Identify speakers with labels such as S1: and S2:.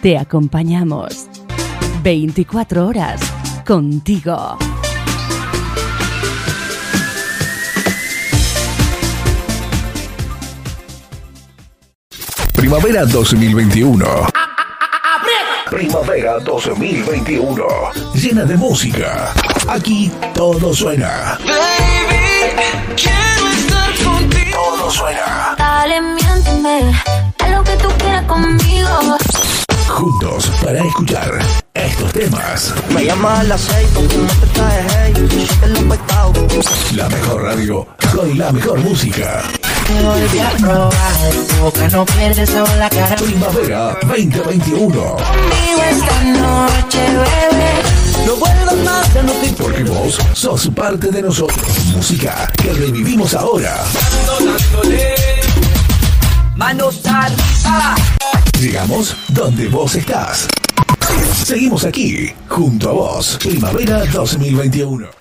S1: Te acompañamos 24 horas contigo.
S2: Primavera 2021. Primavera 2021. Llena de música. Aquí todo suena.
S3: Baby, quiero estar contigo.
S2: Todo suena.
S4: Dale, miénteme, haz lo que tú quieras conmigo.
S2: Juntos para escuchar estos temas.
S5: Me llamas a las seis porque no te traje hey, yo te lo he prestado.
S2: La mejor radio con la mejor música.
S5: Te volví a probar, tu que no pierdes ahora la cara
S2: Primavera 2021.
S5: conmigo esta noche, bebé. No vuelvas más, ya no te
S2: Porque vos sos parte de nosotros. Música que revivimos ahora.
S5: manos arriba.
S2: Llegamos donde vos estás. Seguimos aquí, junto a vos. Primavera 2021.